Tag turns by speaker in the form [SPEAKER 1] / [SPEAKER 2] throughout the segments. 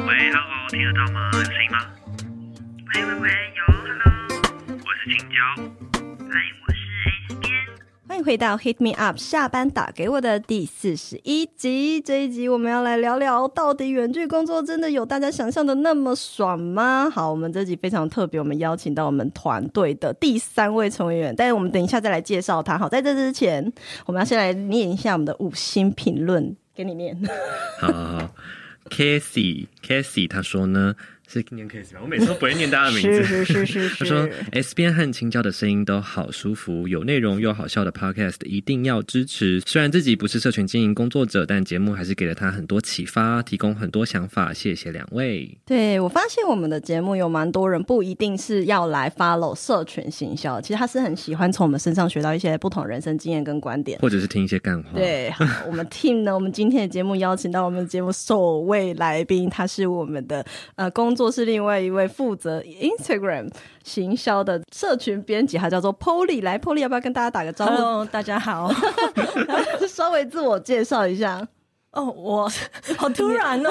[SPEAKER 1] 听得到吗？有声音吗？
[SPEAKER 2] 喂喂喂，有，Hello，
[SPEAKER 1] 我是青椒，
[SPEAKER 2] 嗨，我是 A 这边。
[SPEAKER 3] 欢迎回到《Hit Me Up》下班打给我的第四十一集。这一集我们要来聊聊，到底远距工作真的有大家想象的那么爽吗？好，我们这集非常特别，我们邀请到我们团队的第三位成员，但是我们等一下再来介绍他。好，在这之前，我们要先来念一下我们的五星评论，给你念。
[SPEAKER 4] 好好好 c a s e y c a s e y 他说呢是念 c a s e y 吧？我每次都不会念大家的名字。
[SPEAKER 3] 是是是是
[SPEAKER 4] 他说
[SPEAKER 3] 是，
[SPEAKER 4] ：“S 边和青椒的声音都好舒服，有内容又好笑的 Podcast 一定要支持。虽然自己不是社群经营工作者，但节目还是给了他很多启发，提供很多想法。谢谢两位。
[SPEAKER 3] 对我发现我们的节目有蛮多人不一定是要来 follow 社群行销，其实他是很喜欢从我们身上学到一些不同人生经验跟观点”。
[SPEAKER 4] 或者是听一些干话。，
[SPEAKER 3] 对，好，我们 team 呢，我们今天的节目邀请到我们节目首位来宾，他是我们的呃工作室另外一位负责 Instagram 行销的社群编辑，他叫做 Polly。来，Polly 要不要跟大家打个招呼？
[SPEAKER 5] Hello，大家好。
[SPEAKER 3] 稍微自我介绍一下，
[SPEAKER 5] 哦， 我好突然 哦，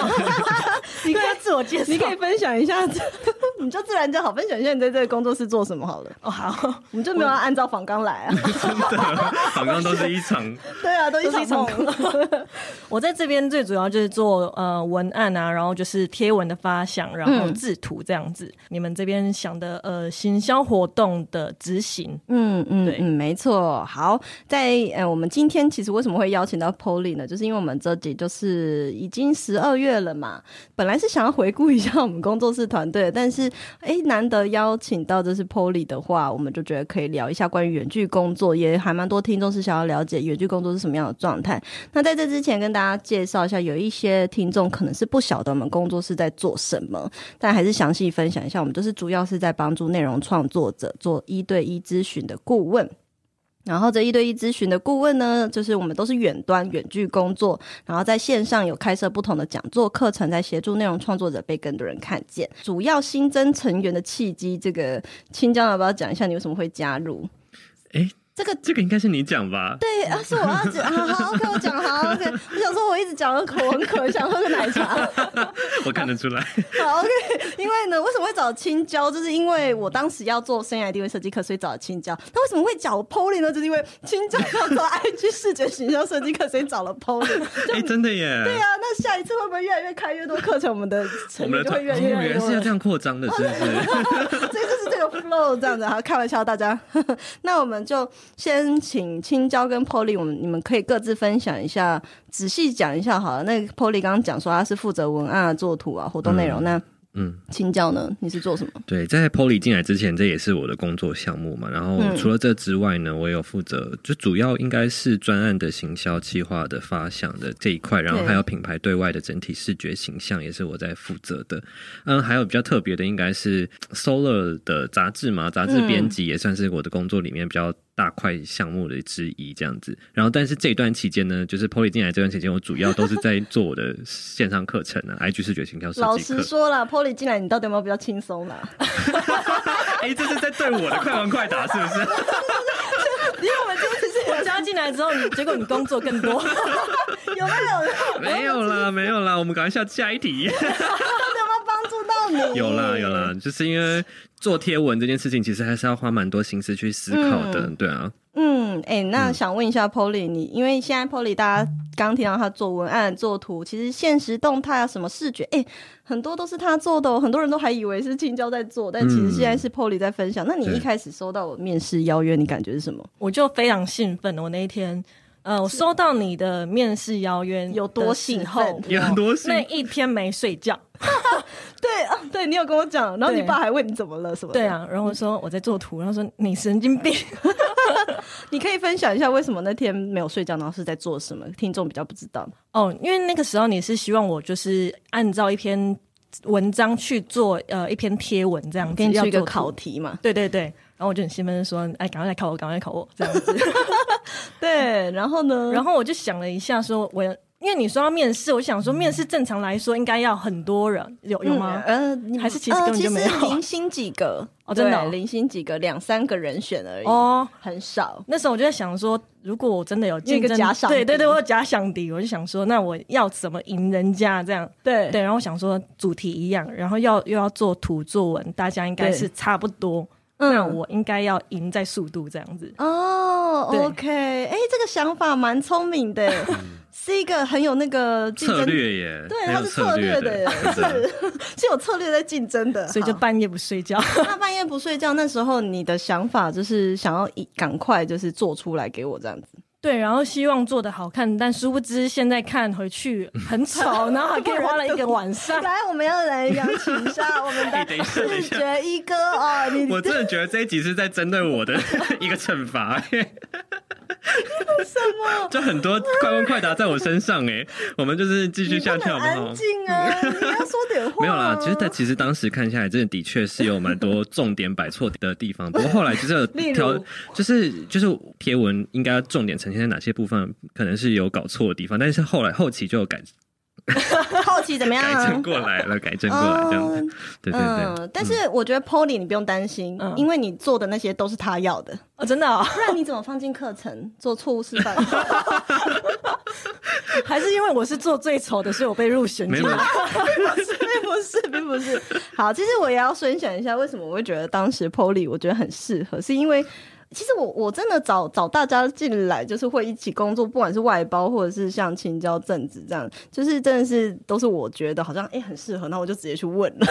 [SPEAKER 3] 你可以
[SPEAKER 5] 自我介
[SPEAKER 3] 你可以分享一下， 你就自然就好，分享一下你在这个工作室做什么好了。
[SPEAKER 5] 哦，好，
[SPEAKER 3] 我们就没有要按照仿纲来 啊，
[SPEAKER 4] 好像都是一场。
[SPEAKER 3] 对啊，都一
[SPEAKER 5] 都是
[SPEAKER 3] 场
[SPEAKER 5] 一场
[SPEAKER 3] 梦。
[SPEAKER 5] 我在这边最主要就是做呃文案啊，然后就是贴文的发想，然后
[SPEAKER 3] 嗯
[SPEAKER 5] 制图这样子。你们这边想的呃行销活动的执行，
[SPEAKER 3] 嗯嗯
[SPEAKER 5] 对
[SPEAKER 3] 嗯，没错。好，在呃，我们今天其实为什么会邀请到 Polly 呢？就是因为我们这集就是已经十二月了嘛，本来是想要回顾一下我们工作室团队的，但是哎，难得邀请到这是 Polly 的话，我们就觉得可以聊一下关于远距工作，也还蛮多听众是想要了解远距工作是什么样的状态。那在这之前跟大家介绍一下，有一些听众可能是不晓得我们工作室在做什么，但还是详细分享一下，我们就是主要是在帮助内容创作者做一对一咨询的顾问。然后这一对一咨询的顾问呢，就是我们都是远端远距工作，然后在线上有开设不同的讲座课程，在协助内容创作者被更多人看见。主要新增成员的契机，这个青椒要不要讲一下你为什么会加入？
[SPEAKER 4] 哎，
[SPEAKER 3] 这个
[SPEAKER 4] 这个应该是你讲吧？
[SPEAKER 3] 对啊，是我要讲啊，好，OK，我讲好，OK。我想说，我一直讲的口很渴，想喝个奶茶。
[SPEAKER 4] 我看得出 来。
[SPEAKER 3] 好，OK。因为呢，为什么会找青椒？就是因为我当时要做生涯定位设计课，所以找了青椒。那为什么会找 Polly 呢？就是因为青椒要做 IG 视觉形象设计课，所以找了 Polly。
[SPEAKER 4] 哎，真的耶！
[SPEAKER 3] 对啊，那下一次会不会越来越开越多课程？我们的
[SPEAKER 4] 我
[SPEAKER 3] 成员
[SPEAKER 4] 们
[SPEAKER 3] 就
[SPEAKER 4] 的团
[SPEAKER 3] 会越来
[SPEAKER 4] 哦原
[SPEAKER 3] 越
[SPEAKER 4] 来
[SPEAKER 3] 多
[SPEAKER 4] 是要这样扩张的，是 不是？
[SPEAKER 3] 所以就是 这个 flow 这样子，好开玩笑，大家。 那我们就先请青椒跟 Polly，我们你们可以各自分享一下，仔细讲一下好了。那 Polly 刚刚讲说他是负责文案、啊、作图啊、活动内容，
[SPEAKER 4] 嗯
[SPEAKER 3] 那
[SPEAKER 4] 嗯。
[SPEAKER 3] 青椒呢？你是做什么？
[SPEAKER 4] 对，在 Poly 进来之前，这也是我的工作项目嘛。然后
[SPEAKER 3] 嗯
[SPEAKER 4] 除了这之外呢，我也有负责，就主要应该是专案的行销计划的发想的这一块，然后
[SPEAKER 3] 对
[SPEAKER 4] 还有品牌对外的整体视觉形象也是我在负责的。嗯，还有比较特别的应该是 Solar 的杂志嘛，杂
[SPEAKER 3] 嗯
[SPEAKER 4] 志编辑也算是我的工作里面比较。大块项目的之一这样子，然后但是这段期间呢，就是 Poly 进来这段期间，我主要都是在做我的线上课程啊，IG 视觉形象设计课。
[SPEAKER 3] 老实说啦 p o l y 进来，你到底有没有比较轻松啊 啦？
[SPEAKER 4] 哎、这是在对我的快问快答，是不是？
[SPEAKER 3] 因为我们今天只
[SPEAKER 5] 我加进来之后，你结果你工作更 多。
[SPEAKER 3] 是有没有人
[SPEAKER 4] 没有 啦，没有啦，我们赶快下下一 题。
[SPEAKER 3] 帮助到你？
[SPEAKER 4] 有啦，有啦，就是因为做贴文这件事情，其实还是要花蛮多心思去思考的，对啊。
[SPEAKER 3] 嗯，哎、那想问一下 Polly，你因为现在 Polly 大家刚听到他做文案、做图，其实现实动态啊、什么视觉，哎、很多都是他做的、哦，很多人都还以为是青椒在做，但其实现在是 Polly 在分享。那你
[SPEAKER 4] 嗯对
[SPEAKER 3] 一开始收到我面试邀约，你感觉是什么？
[SPEAKER 5] 我就非常兴奋。我那一天，呃，我收到你的面试邀约
[SPEAKER 3] 有多兴奋
[SPEAKER 5] 的时候
[SPEAKER 4] 有多兴
[SPEAKER 5] 那一天没睡觉。
[SPEAKER 3] 对啊，对你有跟我讲，然后你
[SPEAKER 5] 对
[SPEAKER 3] 爸还问你怎么了什么？
[SPEAKER 5] 对，啊，然后我说我在做图，然后说你神经病。
[SPEAKER 3] 你可以分享一下为什么那天没有睡觉，然后是在做什么？听众比较不知道。
[SPEAKER 5] 哦，因为那个时候你是希望我就是按照一篇文章去做呃一篇贴文这样子，
[SPEAKER 3] 给你
[SPEAKER 5] 要
[SPEAKER 3] 出一个
[SPEAKER 5] 做图
[SPEAKER 3] 考，题嘛？
[SPEAKER 5] 对对对，然后我就很兴奋地说，哎，赶快来考 我，赶快来考我这样子。
[SPEAKER 3] 对，然后呢？
[SPEAKER 5] 然后我就想了一下说我。因为你说要面试，我想说面试正常来说应该要很多人，有有吗？
[SPEAKER 3] 嗯呃，你
[SPEAKER 5] 还是其实根本就没有
[SPEAKER 3] 呃其实零星几个
[SPEAKER 5] 哦真的哦
[SPEAKER 3] 对零星几个，两三个人选而已，
[SPEAKER 5] 哦，
[SPEAKER 3] 很少。
[SPEAKER 5] 那时候我就在想说，如果我真的有竞
[SPEAKER 3] 有一个
[SPEAKER 5] 争
[SPEAKER 3] 假想敌
[SPEAKER 5] 对对对，我有假想敌，我就想说，那我要怎么赢人家这样？
[SPEAKER 3] 对
[SPEAKER 5] 对，然后我想说主题一样，然后要又要做图作文，大家应该
[SPEAKER 3] 对
[SPEAKER 5] 是差不多，那
[SPEAKER 3] 嗯，
[SPEAKER 5] 我应该要赢在速度这样子。
[SPEAKER 3] 哦
[SPEAKER 5] 对
[SPEAKER 3] ，OK，哎、这个想法蛮聪明的，是一个很有那个竞
[SPEAKER 4] 策
[SPEAKER 3] 争，
[SPEAKER 4] 略耶，
[SPEAKER 3] 对
[SPEAKER 4] 很有
[SPEAKER 3] 它是
[SPEAKER 4] 策
[SPEAKER 3] 略的耶
[SPEAKER 4] 的， 真的
[SPEAKER 3] 是有策略在竞争的，
[SPEAKER 5] 所以就
[SPEAKER 3] 嗯好
[SPEAKER 5] 半夜不睡觉，
[SPEAKER 3] 那半夜不睡觉，那时候你的想法就是想要一赶快就是做出来给我这样子，
[SPEAKER 5] 对，然后希望做的好看，但殊不知现在看回去很丑，然后还可以花了一个晚上。
[SPEAKER 3] 来，我们要来邀请一下我们
[SPEAKER 4] 哎等一
[SPEAKER 3] 的
[SPEAKER 4] 下等一
[SPEAKER 3] 视
[SPEAKER 4] 下
[SPEAKER 3] 觉一哥哦，你
[SPEAKER 4] 我真的觉得这一集是在针对我的 一个惩罚、欸。为什 么？就很多快问快答在我身上哎、我们就是继续
[SPEAKER 3] 你
[SPEAKER 4] 下
[SPEAKER 3] 不
[SPEAKER 4] 去好
[SPEAKER 3] 能
[SPEAKER 4] 不好
[SPEAKER 3] 安？静啊，你要说点话、啊。
[SPEAKER 4] 没有啦，其实但其实当时看下来，真的的确是有蛮多重点摆错的地方。不过后来就是有
[SPEAKER 3] 例如
[SPEAKER 4] 调，就是就是贴文应该要重点呈现在哪些部分，可能是有搞错的地方，但是后来后期就有改
[SPEAKER 3] 好奇怎么样、
[SPEAKER 4] 改
[SPEAKER 3] 啊
[SPEAKER 4] 正？过来了，改正过来这样子。对对对，
[SPEAKER 3] 嗯，但是我觉得 Polly 你不用担心，
[SPEAKER 5] 嗯
[SPEAKER 3] 因为你做的那些都是他要的，
[SPEAKER 5] 哦，真的、哦，
[SPEAKER 3] 不然你怎么放进课程做错误示 范？
[SPEAKER 5] 还是因为我是做最丑的，所以我被入选
[SPEAKER 4] 没
[SPEAKER 5] 进
[SPEAKER 4] 有
[SPEAKER 5] 来。
[SPEAKER 3] 不是，并不是，并不是。好，其实我也要分享一下，为什么我会觉得当时 Polly 我觉得很适合，是因为。其实我我真的找找大家进来，就是会一起工作，不管是外包或者是像青椒正子这样，就是真的是都是我觉得好像哎、诶很适合，那我就直接去问了。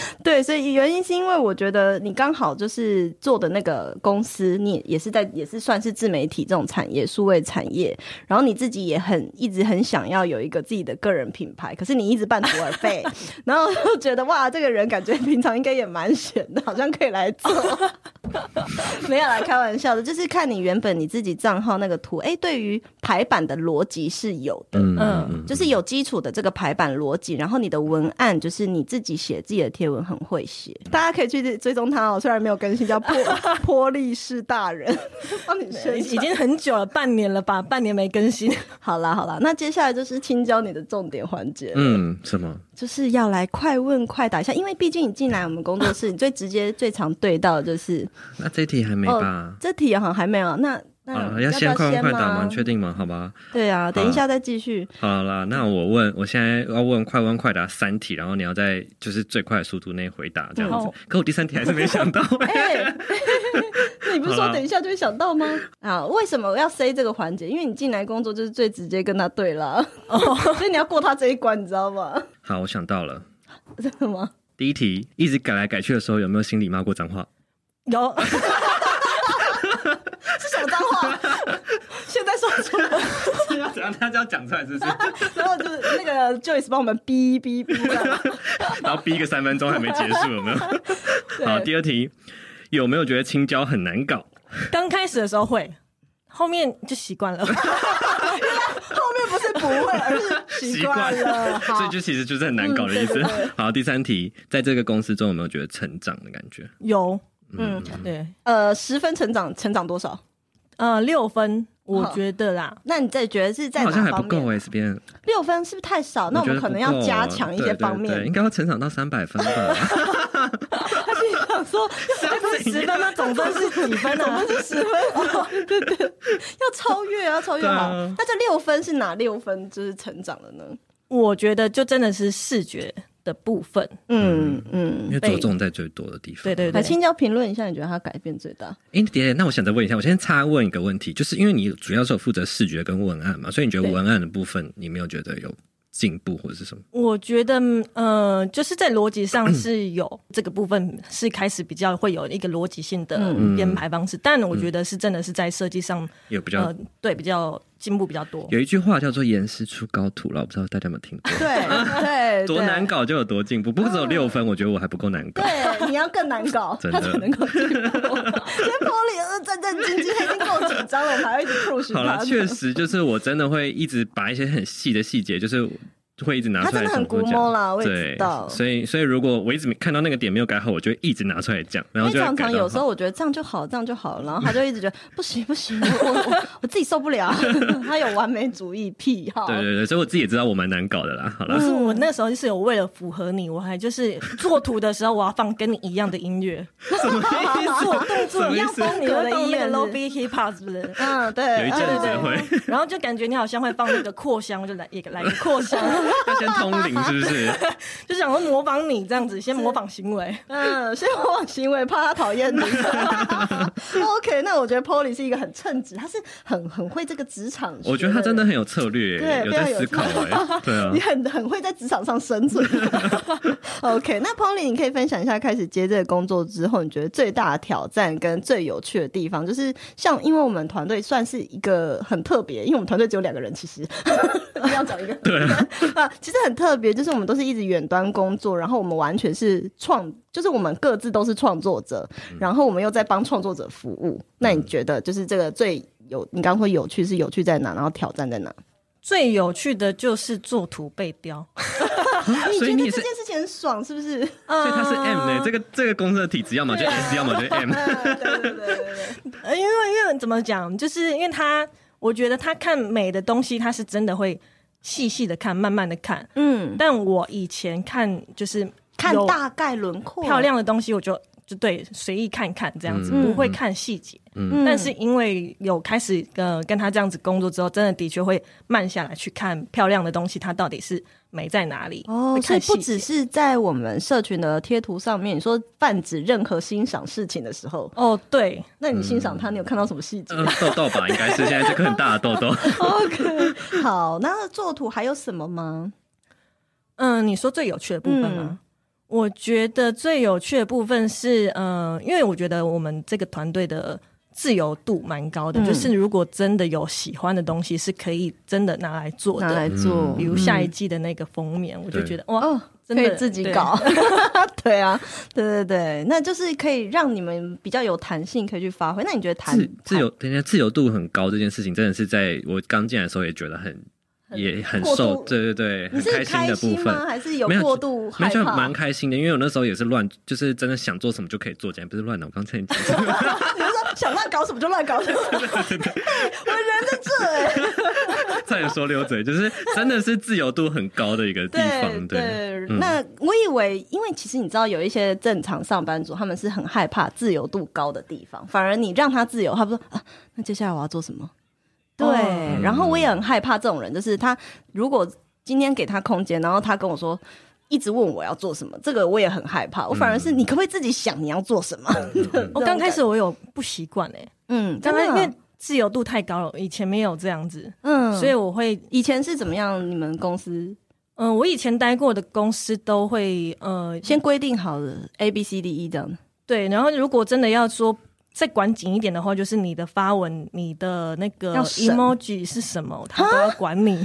[SPEAKER 3] 对，所以原因是因为我觉得你刚好就是做的那个公司，你也也是在也是算是自媒体这种产业、数位产业，然后你自己也很一直很想要有一个自己的个人品牌，可是你一直半途而废，然后就觉得哇，这个人感觉平常应该也蛮闲的，好像可以来做。 没有啦，开玩笑的，就是看你原本你自己账号那个图，哎，对于排版的逻辑是有的，
[SPEAKER 4] 嗯
[SPEAKER 5] 嗯
[SPEAKER 4] 嗯，
[SPEAKER 3] 就是有基础的这个排版逻辑，然后你的文案就是你自己写自己的贴文很会写，
[SPEAKER 4] 嗯
[SPEAKER 3] 大家可以去追踪他哦，虽然没有更新，叫 波波利士大人，帮你宣
[SPEAKER 5] 已
[SPEAKER 3] 传
[SPEAKER 5] 已。经很久了，半年了吧，半年没更新。
[SPEAKER 3] 好啦好啦，那接下来就是青椒你的重点环节，
[SPEAKER 4] 嗯，什么？
[SPEAKER 3] 就是要来快问快答一下，因为毕竟你进来我们工作室，你最直接最常对到的就是
[SPEAKER 4] 那这题还没吧？
[SPEAKER 3] 这题好像还没有，那
[SPEAKER 4] 啊，
[SPEAKER 3] 那
[SPEAKER 4] 要
[SPEAKER 3] 不先
[SPEAKER 4] 先快问快答
[SPEAKER 3] 吗
[SPEAKER 4] 吗？？确定吗？好吧，
[SPEAKER 3] 对啊，等一下再继续。
[SPEAKER 4] 好啦，那我问，我现在要问快问快答三题，然后你要在就是最快的速度内回答这样子
[SPEAKER 5] 好。
[SPEAKER 4] 可我第三题还是没想到、
[SPEAKER 3] 哎、你不是
[SPEAKER 4] 好
[SPEAKER 3] 说
[SPEAKER 4] 啦
[SPEAKER 3] 等一下就会想到吗？啊，为什么我要塞这个环节？因为你进来工作就是最直接跟他对了，所以你要过他这一关，你知道吗？
[SPEAKER 4] 好，我想到了，
[SPEAKER 3] 真的吗？
[SPEAKER 4] 第一题，一直改来改去的时候，有没有心里骂过 脏话？
[SPEAKER 5] 有，
[SPEAKER 3] 是什么脏话？现在说出来，
[SPEAKER 4] 是要怎样？他就要讲出来，是不是？
[SPEAKER 3] 然后就是那个 Joyce 帮我们逼逼逼的。
[SPEAKER 4] 然后逼个三分钟还没结束，有没有？
[SPEAKER 3] 对
[SPEAKER 4] 好，第二题，有没有觉得青椒很难搞？
[SPEAKER 5] 刚开始的时候会，后面就习惯了。
[SPEAKER 3] 后面不是不会，而是习惯了。好嗯
[SPEAKER 4] 所以就其实就是很难搞的意思。好，第三题，在这个公司中有没有觉得成长的感觉？
[SPEAKER 5] 有，
[SPEAKER 3] 嗯，
[SPEAKER 5] 对，
[SPEAKER 3] 呃，十分成长，成长多少？
[SPEAKER 5] 呃，六分，我
[SPEAKER 3] 好
[SPEAKER 5] 觉得啦，
[SPEAKER 3] 那你再觉得是在
[SPEAKER 4] 好
[SPEAKER 3] 哪
[SPEAKER 4] 像还不
[SPEAKER 3] 方
[SPEAKER 4] 够
[SPEAKER 3] 面？
[SPEAKER 4] 哎、这边
[SPEAKER 3] 六分是不是太少？那我
[SPEAKER 4] 觉
[SPEAKER 3] 们
[SPEAKER 4] 得
[SPEAKER 3] 可能要
[SPEAKER 4] 不够
[SPEAKER 3] 加强一些
[SPEAKER 4] 对对
[SPEAKER 3] 方面。
[SPEAKER 4] 对应该要成长到三百分吧。
[SPEAKER 3] 他心里想说，
[SPEAKER 5] 十分那总分是几分呢、啊？
[SPEAKER 3] 是十分，对对，要超越，要超越
[SPEAKER 4] 对
[SPEAKER 3] 好。
[SPEAKER 4] 啊
[SPEAKER 3] 那这六分是哪六分？就是成长了呢？
[SPEAKER 5] 我觉得就真的是视觉的部分，
[SPEAKER 3] 嗯
[SPEAKER 4] 因
[SPEAKER 3] 嗯。
[SPEAKER 4] 为着重在最多的地方。哦
[SPEAKER 5] 对对
[SPEAKER 3] 来，
[SPEAKER 5] 对，
[SPEAKER 3] 青椒评论一下，你觉得他改变最大？
[SPEAKER 4] 哎，蝶姐，那我想再问一下，我先插问一个问题，就是因为你主要是有负责视觉跟文案嘛，所以你觉得
[SPEAKER 3] 对。
[SPEAKER 4] 文案的部分，你没有觉得有进步或者是什么？
[SPEAKER 5] 我觉得嗯呃，就是在逻辑 上是有这个部分是开始比较会有一个逻辑性的编排方式，但我觉得是真的是在设计上，
[SPEAKER 4] 有比较、
[SPEAKER 5] 呃，对，嗯比较进步比较多。
[SPEAKER 4] 有一句话叫做“严师出高徒”了，我不知道大家有没有听过
[SPEAKER 3] 对对，
[SPEAKER 4] 多难。搞就有多进步，不过只有六分，我觉得我还不够难搞。
[SPEAKER 3] 对，你要更难搞，
[SPEAKER 4] 真
[SPEAKER 3] 他
[SPEAKER 4] 的
[SPEAKER 3] 才能够进步。所以 Polly 呃战战兢兢，他已经够紧张了，我们还要一直 push
[SPEAKER 4] 好
[SPEAKER 3] 他
[SPEAKER 4] 啦，。确实就是我真的会一直把一些很细的细节，就是会一直拿出来
[SPEAKER 3] 他真的很
[SPEAKER 4] 重复
[SPEAKER 3] 古
[SPEAKER 4] 讲
[SPEAKER 3] 摸啦我也
[SPEAKER 4] 对
[SPEAKER 3] 知道
[SPEAKER 4] 所以所以如果我一直看到那个点没有改好，我就会一直拿出来讲，然后
[SPEAKER 3] 因为
[SPEAKER 4] 就会
[SPEAKER 3] 常常
[SPEAKER 4] 改到
[SPEAKER 3] 有时
[SPEAKER 4] 好
[SPEAKER 3] 候我觉得这样就好，这样就好，然后他就一直觉得不行不行，我我我我自己受不了，他有完美主义癖好。
[SPEAKER 4] 对对对，所以我自己也知道我蛮难搞的啦。好
[SPEAKER 5] 就
[SPEAKER 4] 啦，
[SPEAKER 5] 是我那时候就是有为了符合你，我还就是做图的时候我要放跟你一样的音乐，做动作一样
[SPEAKER 4] 什么意思
[SPEAKER 5] 风格的音乐
[SPEAKER 3] 什么
[SPEAKER 5] low
[SPEAKER 3] 意思
[SPEAKER 5] B hip hop 是不 是？
[SPEAKER 3] 嗯，对，
[SPEAKER 4] 有一阵
[SPEAKER 3] 嗯
[SPEAKER 4] 子会
[SPEAKER 5] 然后就感觉你好像会放那个扩香，我就来也来个扩 香，
[SPEAKER 4] 要先通灵，是不是？
[SPEAKER 5] 就想说模仿你这样子，先模仿行为。
[SPEAKER 3] 嗯，先模仿行为，怕他讨厌 你。OK，那我觉得 Polly 是一个很称职，他是很很会这个职场学。
[SPEAKER 4] 我觉得他真的很有策略，
[SPEAKER 3] 对
[SPEAKER 4] 有
[SPEAKER 3] 非常
[SPEAKER 4] 在
[SPEAKER 3] 有
[SPEAKER 4] 思考
[SPEAKER 3] 策略
[SPEAKER 4] 哎，对啊
[SPEAKER 3] 你。很很会在职场上生 存。OK，那 Polly，你可以分享一下开始接这个工作之后，你觉得最大的挑战跟最有趣的地方，就是像因为我们团队算是一个很特别，因为我们团队只有两个人，其实不要 讲一个对 啊，其实很特别，就是我们都是一直远端工作，然后我们完全是创，就是我们各自都是创作者，
[SPEAKER 4] 嗯
[SPEAKER 3] 然后我们又在帮创作者服务。那你觉得就是这个最有，你刚刚说有趣是有趣在哪，然后挑战在哪？
[SPEAKER 5] 最有趣的就是做图被雕，
[SPEAKER 3] 你
[SPEAKER 4] 所以
[SPEAKER 3] 觉
[SPEAKER 4] 你
[SPEAKER 3] 得
[SPEAKER 4] 也
[SPEAKER 3] 这
[SPEAKER 4] 是
[SPEAKER 3] 件事情很爽，是不是？
[SPEAKER 4] 所以他
[SPEAKER 3] 嗯
[SPEAKER 4] 是 M 呢、这个这个公司的体质，要么就 S，要么就 M。
[SPEAKER 3] 对对对对对，
[SPEAKER 5] 呃，因为因为怎么讲，就是因为他，我觉得他看美的东西，他是真的会细细的看，慢慢的看。
[SPEAKER 3] 嗯，
[SPEAKER 5] 但我以前看就是
[SPEAKER 3] 看
[SPEAKER 5] 有
[SPEAKER 3] 大啊概轮廓，
[SPEAKER 5] 漂，亮的东西，我就就对随意看看这样子，
[SPEAKER 4] 嗯
[SPEAKER 5] 不会看细节。
[SPEAKER 3] 嗯
[SPEAKER 5] 但是因为有开始呃跟他这样子工作之后，真的的确会慢下来去看漂亮的东西，它到底是美在哪里。
[SPEAKER 3] 哦
[SPEAKER 5] 会，
[SPEAKER 3] 所以
[SPEAKER 5] 看
[SPEAKER 3] 不
[SPEAKER 5] 细节
[SPEAKER 3] 只是在我们社群的贴图上面，你说泛指任何欣赏事情的时候，
[SPEAKER 5] 哦，对，
[SPEAKER 3] 那你欣赏它，你有看到什么细节？
[SPEAKER 4] 嗯，痘痘吧，应该是现在这个很大的痘 痘。
[SPEAKER 3] 好，那做图还有什么吗？
[SPEAKER 5] 嗯，你说最有趣的部分吗？
[SPEAKER 3] 嗯
[SPEAKER 5] 我觉得最有趣的部分是，呃，因为我觉得我们这个团队的自由度蛮高的，
[SPEAKER 3] 嗯
[SPEAKER 5] 就是如果真的有喜欢的东西，是可以真的拿来做
[SPEAKER 3] 拿
[SPEAKER 5] 的。
[SPEAKER 3] 来做，
[SPEAKER 4] 嗯
[SPEAKER 5] 比如下一季的那个封面，我就
[SPEAKER 4] 对
[SPEAKER 5] 觉得哇，
[SPEAKER 3] 哦，
[SPEAKER 5] 真
[SPEAKER 3] 可
[SPEAKER 5] 的
[SPEAKER 3] 以自己搞，对 啊，对对对，那就是可以让你们比较有弹性，可以去发挥。那你觉得弹
[SPEAKER 4] 自自由，人家自由度很高这件事情，真的是在我刚进来的时候也觉得很，也很
[SPEAKER 3] 过
[SPEAKER 4] 受
[SPEAKER 3] 度，
[SPEAKER 4] 对对对，
[SPEAKER 3] 你是
[SPEAKER 4] 很心的部
[SPEAKER 3] 心
[SPEAKER 4] 分
[SPEAKER 3] 吗？。还是有
[SPEAKER 4] 没有
[SPEAKER 3] 过度
[SPEAKER 4] 没
[SPEAKER 3] 害
[SPEAKER 4] 有就
[SPEAKER 3] 怕？
[SPEAKER 4] 蛮开心的，因为我那时候也是乱，就是真的想做什么就可以做，简直不是乱的。我刚才已经讲了
[SPEAKER 3] 你就说想乱搞什么就乱搞什么，我人在这哎、
[SPEAKER 4] 差点说溜嘴，就是真的是自由度很高的一个地方。对，
[SPEAKER 3] 对，
[SPEAKER 4] 嗯
[SPEAKER 3] 那我以为，因为其实你知道，有一些正常上班族，他们是很害怕自由度高的地方，反而你让他自由，他不说啊，那接下来我要做什么？对，
[SPEAKER 5] 哦
[SPEAKER 3] 然后我也很害怕这种人，就是他如果今天给他空间，然后他跟我说。一直问我要做什么，这个我也很害怕。我反而是你可不可以自己想你要做什么？
[SPEAKER 5] 我刚开始我有不习惯哎，
[SPEAKER 3] 嗯，
[SPEAKER 5] 刚
[SPEAKER 3] 刚
[SPEAKER 5] 刚
[SPEAKER 3] 刚
[SPEAKER 5] 因为自由度太高了，以前没有这样子，
[SPEAKER 3] 嗯，
[SPEAKER 5] 所以我会，
[SPEAKER 3] 以前是怎么样？你们公司
[SPEAKER 5] 嗯、我以前待过的公司都会，呃，
[SPEAKER 3] 先规定好了 A B C D E 这样。
[SPEAKER 5] 对，然后如果真的要说再管紧一点的话，就是你的发文、你的那个
[SPEAKER 3] 要审啊
[SPEAKER 5] emoji 是什么，他都要管你。
[SPEAKER 3] 连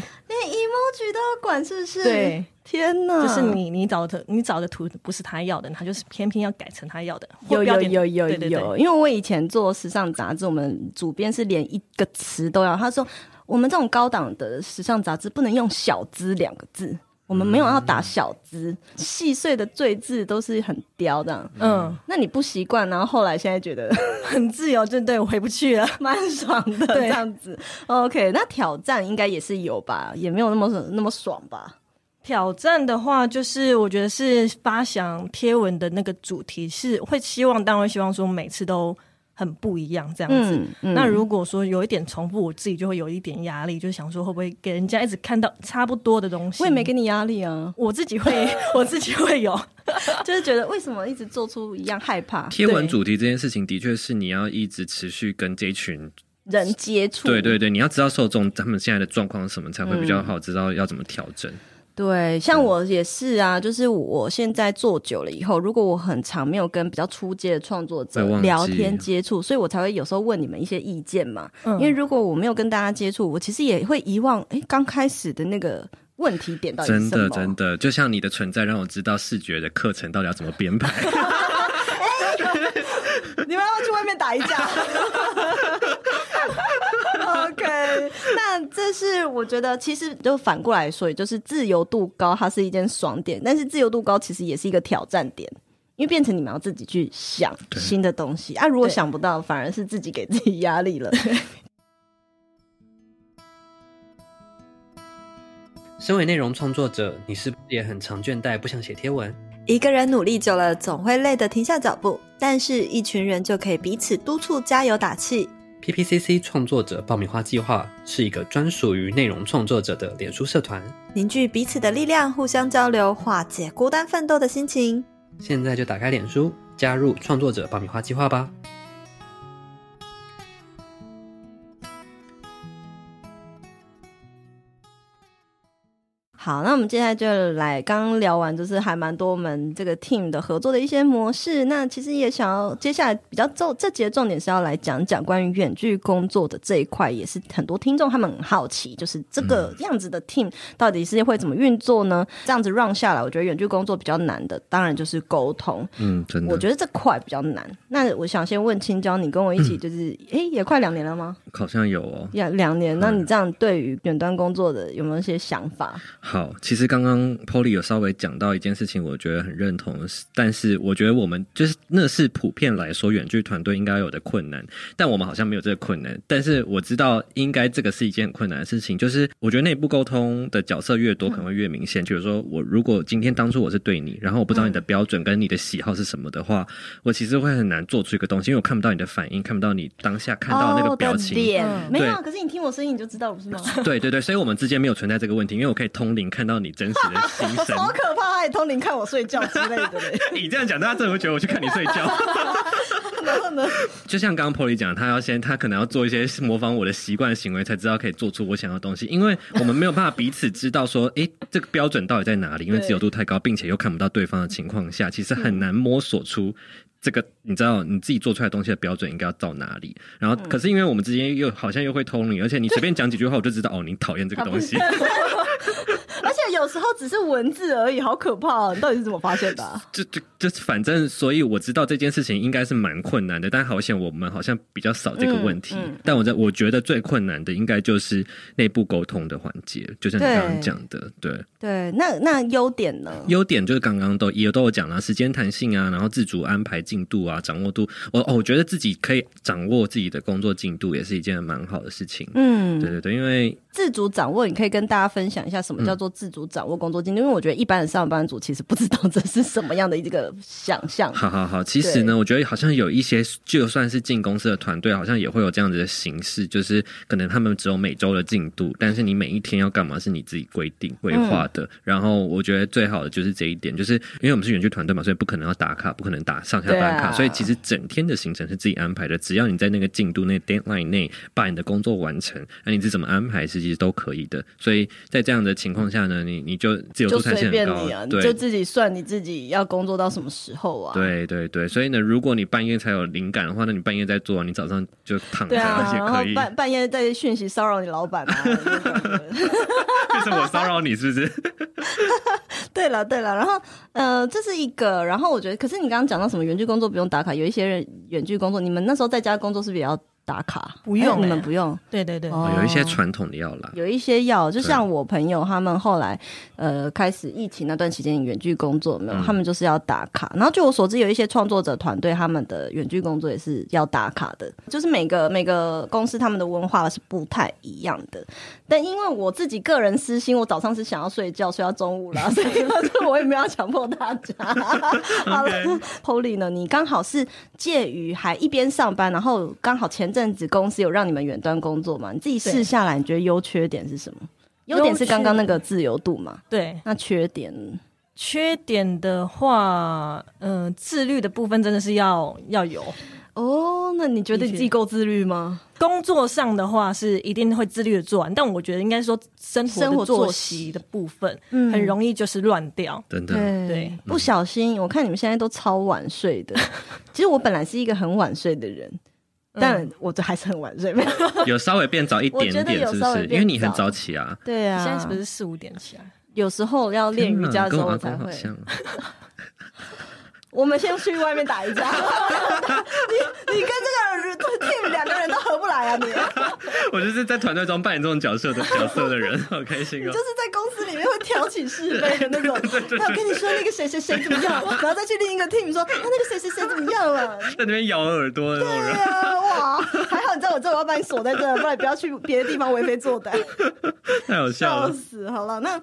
[SPEAKER 3] emoji 都要管，是不是？
[SPEAKER 5] 对，
[SPEAKER 3] 天哪！
[SPEAKER 5] 就是你你找的你找的图不是他要的，他就是偏偏要改成他要的。或
[SPEAKER 3] 有
[SPEAKER 5] 标
[SPEAKER 3] 有
[SPEAKER 5] 点
[SPEAKER 3] 有有
[SPEAKER 5] 对对
[SPEAKER 3] 有，
[SPEAKER 5] 对
[SPEAKER 3] 因为我以前做时尚杂志，我们主编是连一个词都要，他说我们这种高档的时尚杂志不能用“小资”两个字。我们没有要打小资，细碎的赘字都是很刁这样。
[SPEAKER 5] 嗯，
[SPEAKER 3] 那你不习惯，然后后来现在觉得
[SPEAKER 5] 很自由，就对我回不去了。
[SPEAKER 3] 蛮爽的这
[SPEAKER 5] 对
[SPEAKER 3] 样子。OK，那挑战应该也是有吧，也没有那么那么爽吧？
[SPEAKER 5] 挑战的话，就是我觉得是发想贴文的那个主题是会希望，当然会希望说每次都很不一样这样子。
[SPEAKER 3] 嗯，嗯
[SPEAKER 5] 那如果说有一点重复，我自己就会有一点压力，就想说会不会给人家一直看到差不多的东西。
[SPEAKER 3] 我也没给你压力啊，
[SPEAKER 5] 我自己会， 我自己会有。
[SPEAKER 3] 就是觉得为什么一直做出一样害怕
[SPEAKER 4] 贴文
[SPEAKER 5] 对
[SPEAKER 4] 主题这件事情，的确是你要一直持续跟这一群
[SPEAKER 3] 人接触？
[SPEAKER 4] 对对对，你要知道受众他们现在的状况是什么，才会比较好知道要怎么调整。
[SPEAKER 3] 对，像我也是啊，就是我现在做久了以后，如果我很长没有跟比较出街的创作者
[SPEAKER 4] 会忘记
[SPEAKER 3] 聊天接触，所以我才会有时候问你们一些意见嘛。
[SPEAKER 5] 嗯
[SPEAKER 3] 因为如果我没有跟大家接触，我其实也会遗忘，哎，刚开始的那个问题点到底是
[SPEAKER 4] 真
[SPEAKER 3] 什么？
[SPEAKER 4] 的真的，就像你的存在让我知道视觉的课程到底要怎么编排。
[SPEAKER 3] 你们要去外面打一架。OK，那这这是我觉得，其实就反过来说，也就是自由度高，它是一件爽点，但是自由度高其实也是一个挑战点，因为变成你们要自己去想
[SPEAKER 4] 对
[SPEAKER 3] 新的东西啊。如果
[SPEAKER 5] 对
[SPEAKER 3] 想不到，反而是自己给自己压力了。
[SPEAKER 4] 身为内容创作者，你是不是也很常倦怠，不想写贴文？
[SPEAKER 6] 一个人努力久了，总会累得停下脚步，但是一群人就可以彼此督促、加油打气。
[SPEAKER 4] PPCC 创作者爆米花计划是一个专属于内容创作者的脸书社团，
[SPEAKER 6] 凝聚彼此的力量，互相交流，化解孤单奋斗的心情。
[SPEAKER 4] 现在就打开脸书，加入创作者爆米花计划吧。
[SPEAKER 3] 好，那我们接下来就来刚刚聊完，就是还蛮多我们这个 team 的合作的一些模式。那其实也想要接下来比较重这节重点是要来讲讲关于远距工作的这一块，也是很多听众他们很好奇，就是这个样子的 team 到底是会怎么运作呢？这样子 run 下来，我觉得远距工作比较难的，当然就是沟通。
[SPEAKER 4] 嗯，真的，
[SPEAKER 3] 我觉得这块比较难。那我想先问青椒，你跟我一起就是，诶、也快两年了吗？
[SPEAKER 4] 得好像有哦。
[SPEAKER 3] 两两年。那你这样对于远端工作的有没有一些想法？
[SPEAKER 4] 好，其实刚刚 Polly 有稍微讲到一件事情，我觉得很认同，但是我觉得我们就是那是普遍来说远距团队应该有的困难，但呃我们好像没有这个困难。但是我知道应该这个是一件很困难的事情，就是我觉得内部沟通的角色越多，可能会越明显。就是说我如果今天当初我是对你，然后我不知道你的标准跟你的喜好是什么的话，我其实会很难做出一个东西，因为我看不到你的反应，看不到你当下看到的那个表情。
[SPEAKER 3] 哦、我的脸、
[SPEAKER 5] 嗯
[SPEAKER 3] 没有啊，
[SPEAKER 4] 对
[SPEAKER 3] 可是你听我声音你就知道了，不 是吗？
[SPEAKER 4] 对对对，所以我们之间没有存在这个问题，因为我可以通灵看到你真实的心 声。
[SPEAKER 3] 好可怕，还通灵看我睡觉之类的嘞。
[SPEAKER 4] 你这样讲，大家真的会觉得我去看你睡觉。
[SPEAKER 3] 然后呢？
[SPEAKER 4] 就像刚刚 Polly 讲，他要先，他可能要做一些模仿我的习惯行为，才知道可以做出我想要的东西。因为我们没有办法彼此知道说，诶，这个标准到底在哪里？因为自由度太高，并且又看不到对方的情况下，其实很难摸索出这个，你知道你自己做出来的东西的标准应该要到哪里。然
[SPEAKER 3] 嗯
[SPEAKER 4] 后，可是因为我们之间又好像又会通灵，而且你随便讲几句话，我就知道哦，你讨厌这个 东西。
[SPEAKER 3] 而且有时候只是文字而已，好可怕、哦！你到底是怎么发现的啊、
[SPEAKER 4] 就就就是反正，所以我知道这件事情应该是蛮困难的，但好险我们好像比较少这个问题。
[SPEAKER 3] 嗯嗯
[SPEAKER 4] 但我在我觉得最困难的应该就是内部沟通的环节，就像你刚刚讲的， 对。
[SPEAKER 3] 对，那那优点呢？
[SPEAKER 4] 优点就是刚刚都也都有讲啦，时间弹性啊，然后自主安排进度啊，掌握度。我哦，我觉得自己可以掌握自己的工作进度，也是一件蛮好的事情。对
[SPEAKER 3] 嗯，
[SPEAKER 4] 对对，嗯因为
[SPEAKER 3] 自主掌握，你可以跟大家分享一下什么叫做自主掌握工作经历，因为我觉得一般的上班族其实不知道这是什么样的一个想象。
[SPEAKER 4] 好好好，其实呢，我觉得好像有一些，就算是进公司的团队，好像也会有这样子的形式，就是可能他们只有每周的进度，但是你每一天要干嘛是你自己规定规
[SPEAKER 3] 嗯
[SPEAKER 4] 划的。然后我觉得最好的就是这一点，就是因为我们是园区团队嘛，所以不可能要打卡，不可能打上下班
[SPEAKER 3] 对
[SPEAKER 4] 卡，
[SPEAKER 3] 啊
[SPEAKER 4] 所以其实整天的行程是自己安排的。只要你在那个进度内 deadline 内把你的工作完成，那你是怎么安排，其实都可以的。所以在这样的情况下呢，你你就自由
[SPEAKER 3] 就
[SPEAKER 4] 度弹
[SPEAKER 3] 随
[SPEAKER 4] 性
[SPEAKER 3] 便
[SPEAKER 4] 很高，
[SPEAKER 3] 你啊，你
[SPEAKER 4] 对
[SPEAKER 3] 就自己算你自己要工作到什么时候啊？
[SPEAKER 4] 对对对，所以呢，如果你半夜才有灵感的话，那你半夜再做，你早上就躺着
[SPEAKER 3] 对啊，
[SPEAKER 4] 嗯 也
[SPEAKER 3] 然后
[SPEAKER 4] 可以。
[SPEAKER 3] 半半夜在讯息骚扰你老 板啊，那种感觉
[SPEAKER 4] 就是我骚扰你，是不是？
[SPEAKER 3] 对了对了，然后呃，这是一个，然后我觉得，可是你刚刚讲到什么远距工作不用打卡，有一些人远距工作，你们那时候在家工作是不是也要打卡？
[SPEAKER 5] 不用
[SPEAKER 3] 哎你
[SPEAKER 5] 欸
[SPEAKER 3] 们不用，
[SPEAKER 5] 对对对，
[SPEAKER 3] 哦
[SPEAKER 4] 有一些传统的药啦，
[SPEAKER 3] 有一些要，就像我朋友他们后来呃开始疫情那段期间远距工作有没有，
[SPEAKER 4] 嗯
[SPEAKER 3] 他们就是要打卡。然后据我所知，有一些创作者团队他们的远距工作也是要打卡的，就是每个每个公司他们的文化是不太一样的。但因为我自己个人私心，我早上是想要睡觉，睡到中午啦，所 以所以我也没有要强迫大家。好了 Polly 呢，你刚好是介于还一边上班，然后刚好前阵子公司有让你们远端工作嘛，你自己试下来，你觉得优缺点是什么？优点是刚刚那个自由度嘛，
[SPEAKER 5] 对。
[SPEAKER 3] 那缺点
[SPEAKER 5] 缺点的话，嗯、自律的部分真的是要要有。
[SPEAKER 3] 哦，那你觉得你自己够自律吗？
[SPEAKER 5] 工作上的话是一定会自律的做完，但我觉得应该说生活
[SPEAKER 3] 生活
[SPEAKER 5] 的
[SPEAKER 3] 作
[SPEAKER 5] 作
[SPEAKER 3] 息
[SPEAKER 5] 息的部分，
[SPEAKER 3] 嗯
[SPEAKER 5] 很容易就是乱掉。
[SPEAKER 4] 等等，
[SPEAKER 5] 对，
[SPEAKER 3] 不小心，我看你们现在都超晚睡的。 其实我本来是一个很晚睡的人，但我这还是很晚睡。没有
[SPEAKER 4] 有稍微变早一点
[SPEAKER 3] 我觉得
[SPEAKER 4] 点，
[SPEAKER 3] 有
[SPEAKER 4] 是不
[SPEAKER 3] 稍微
[SPEAKER 4] 是？
[SPEAKER 3] 变
[SPEAKER 4] 因为你很早起啊。
[SPEAKER 3] 对啊，
[SPEAKER 5] 现在是不是四五点起来？
[SPEAKER 3] 有时候要练瑜伽的时
[SPEAKER 4] 天
[SPEAKER 3] 候
[SPEAKER 4] 哪
[SPEAKER 3] 我
[SPEAKER 4] 跟
[SPEAKER 3] 才
[SPEAKER 4] 我阿公
[SPEAKER 3] 会。
[SPEAKER 4] 好像哦。
[SPEAKER 3] 我们先去外面打 一架。你你跟这个 team 两个人都合不来啊你。
[SPEAKER 4] 我就是在团队中扮演这种角色的角色的 人，好开心
[SPEAKER 3] 就
[SPEAKER 4] 哦
[SPEAKER 3] 是！在公司里面会挑起是非的那 种。那我跟你说那个谁谁谁怎么样，然后再去另一个 team 说，啊、那个谁谁谁怎么样了、
[SPEAKER 4] 在那边咬耳朵的那
[SPEAKER 3] 对
[SPEAKER 4] 种人，
[SPEAKER 3] 啊，哇，还好你在我这，我要把你锁在这，不然你不要去别的地方为非作歹，
[SPEAKER 4] 太好笑
[SPEAKER 3] 笑
[SPEAKER 4] 了。
[SPEAKER 3] 死！好了，那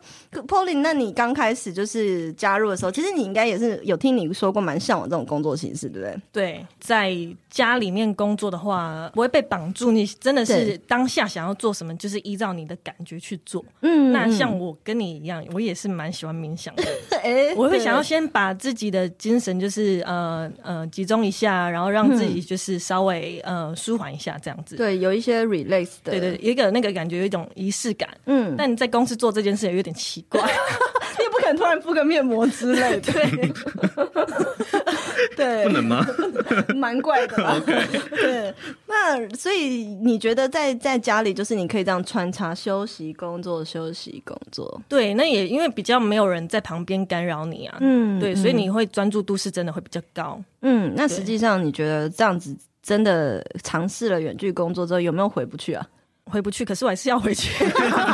[SPEAKER 3] Polly，那你刚开始就是加入的时候，其实你应该也是有听你说过蛮向往这种工作形式，对不对？
[SPEAKER 5] 对，在家里面工作的话，不会被绑住，你真的
[SPEAKER 3] 对
[SPEAKER 5] 是当下想要做什么，就是依照你的感觉去做。
[SPEAKER 3] 嗯
[SPEAKER 5] 那像我跟你一样，我也是蛮喜欢冥想的。
[SPEAKER 3] 哎
[SPEAKER 5] 我会想要先把自己的精神就是呃呃集中一下，然后让自己就是稍微呃舒缓一下这样子。
[SPEAKER 3] 嗯对有一些 relax 的，
[SPEAKER 5] 对对，有一个那个感觉有一种仪式感。
[SPEAKER 3] 嗯，
[SPEAKER 5] 但你在公司做这件事也有点奇怪，
[SPEAKER 3] 你也不可能突然敷个面膜之类的， 对，
[SPEAKER 4] 不能吗？
[SPEAKER 3] 蛮怪的啦。对，那所以你觉得在在家里，就是你可以这样穿插休息、工作、休息、工作，
[SPEAKER 5] 对，那也因为比较没有人在旁边干扰你啊，
[SPEAKER 3] 嗯
[SPEAKER 5] 对，所以你会专注度是真的会比较高。
[SPEAKER 3] 嗯，那实际上你觉得这样子真的尝试了远距工作之后，有没有回不去啊？
[SPEAKER 5] 回不去，可是我还是要 回去。